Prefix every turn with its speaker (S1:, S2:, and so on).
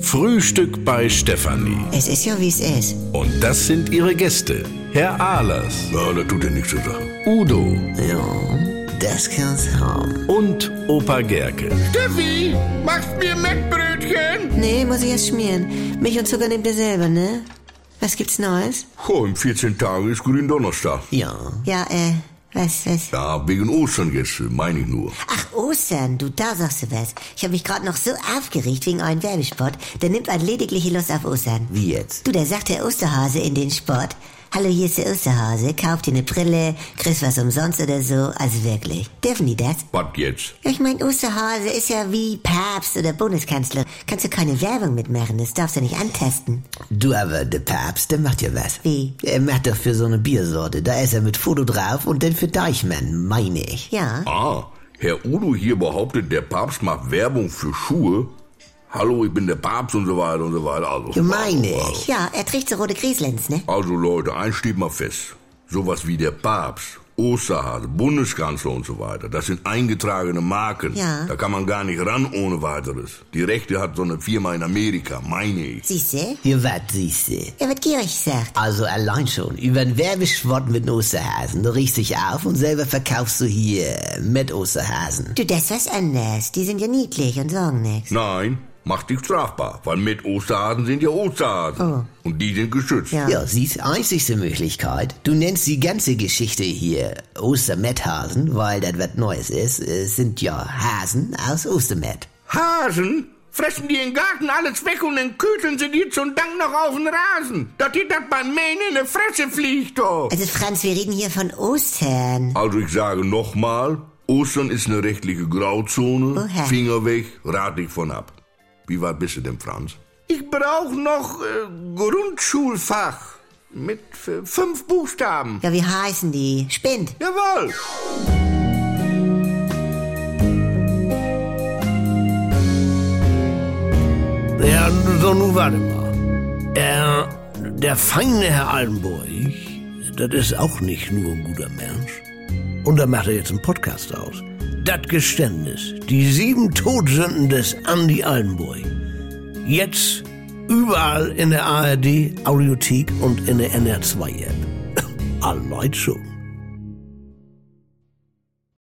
S1: Frühstück bei Stefanie.
S2: Es ist ja, wie es ist.
S1: Und das sind ihre Gäste. Herr Ahlers,
S3: Ja, das tut ja nichts zur Sache.
S1: Udo
S2: Ja, das kann's haben.
S1: und Opa Gerke.
S4: Steffi, machst mir Mettbrötchen?
S2: Nee, muss ich erst schmieren. Milch und Zucker nehmt ihr selber, ne? Was gibt's Neues?
S3: Oh, in 14 Tagen ist Gründonnerstag.
S2: Ja. Ja, äh, was, was?
S3: Ja, wegen Ostern jetzt, meine ich nur.
S2: Ach, Ostern, du, da sagst du was. Ich habe mich gerade noch so aufgeregt wegen einem Werbespot. Der nimmt einen lediglich Lust auf Ostern.
S5: Wie jetzt?
S2: Du, da sagt der Osterhase in den Sport. Hallo, hier ist der Osterhase. Kauf dir eine Brille, kriegst was umsonst oder so. Also wirklich. Dürfen die das?
S3: Was jetzt?
S2: Ja, ich mein, Osterhase ist ja wie Papst oder Bundeskanzler. Kannst du keine Werbung mitmachen, das darfst du nicht antesten.
S5: Du aber, der Papst, der macht ja was.
S2: Wie?
S5: Er macht doch für so eine Biersorte. Da ist er mit Foto drauf und dann für Deichmann, meine ich.
S2: Ja.
S3: Ah, Herr Udo hier behauptet, der Papst macht Werbung für Schuhe. Hallo, ich bin der Papst und so weiter und so weiter. Also,
S5: Ja, meine ich.
S2: Ja, er trägt so rote Grieslens, ne?
S3: also Leute, eins steht mal fest. Sowas wie der Papst, Osterhase, Bundeskanzler und so weiter, das sind eingetragene Marken.
S2: Ja.
S3: Da kann man gar nicht ran ohne weiteres. Die Rechte hat so eine Firma in Amerika, meine ich.
S2: Siehst du?
S5: Hier was siehst du?
S2: Er wird gierig, sagt.
S5: Also allein schon, über einen Werbeschwott mit einem Osterhasen. Du riechst dich auf und selber verkaufst du hier mit Osterhasen.
S2: Du, das ist was anderes. Die sind ja niedlich und sagen nichts.
S3: Nein, macht dich strafbar, weil mit Osterhasen sind ja Osterhasen. Und die sind geschützt.
S2: Oh. Ja.
S5: Ja, siehst, einzigste Möglichkeit, du nennst die ganze Geschichte hier Ostermetthasen, weil das was Neues ist, es sind ja Hasen aus Ostermett.
S3: Hasen? Fressen die im Garten alles weg und dann köteln sie dir zum Dank noch auf den Rasen. Dass dir das beim Mähen in die Fresse fliegt, oh. doch.
S2: Also Franz, wir reden hier von Ostern.
S3: Also ich sage nochmal, Ostern ist eine rechtliche Grauzone.
S2: Oha.
S3: Finger weg, rat dich von ab. Wie weit bist du denn, Franz? Ich brauche noch äh, Grundschulfach mit äh, fünf Buchstaben.
S2: Ja, wie heißen die? Spind.
S3: Jawohl.
S6: Ja, so nun warte mal. Äh, der feine Herr Altenburg, das ist auch nicht nur ein guter Mensch. Und da macht er jetzt einen Podcast aus. Das Geständnis, die sieben Todsünden des Andy Altenburg. Jetzt überall in der ARD, Audiothek und in der NR2-App. Allein schon.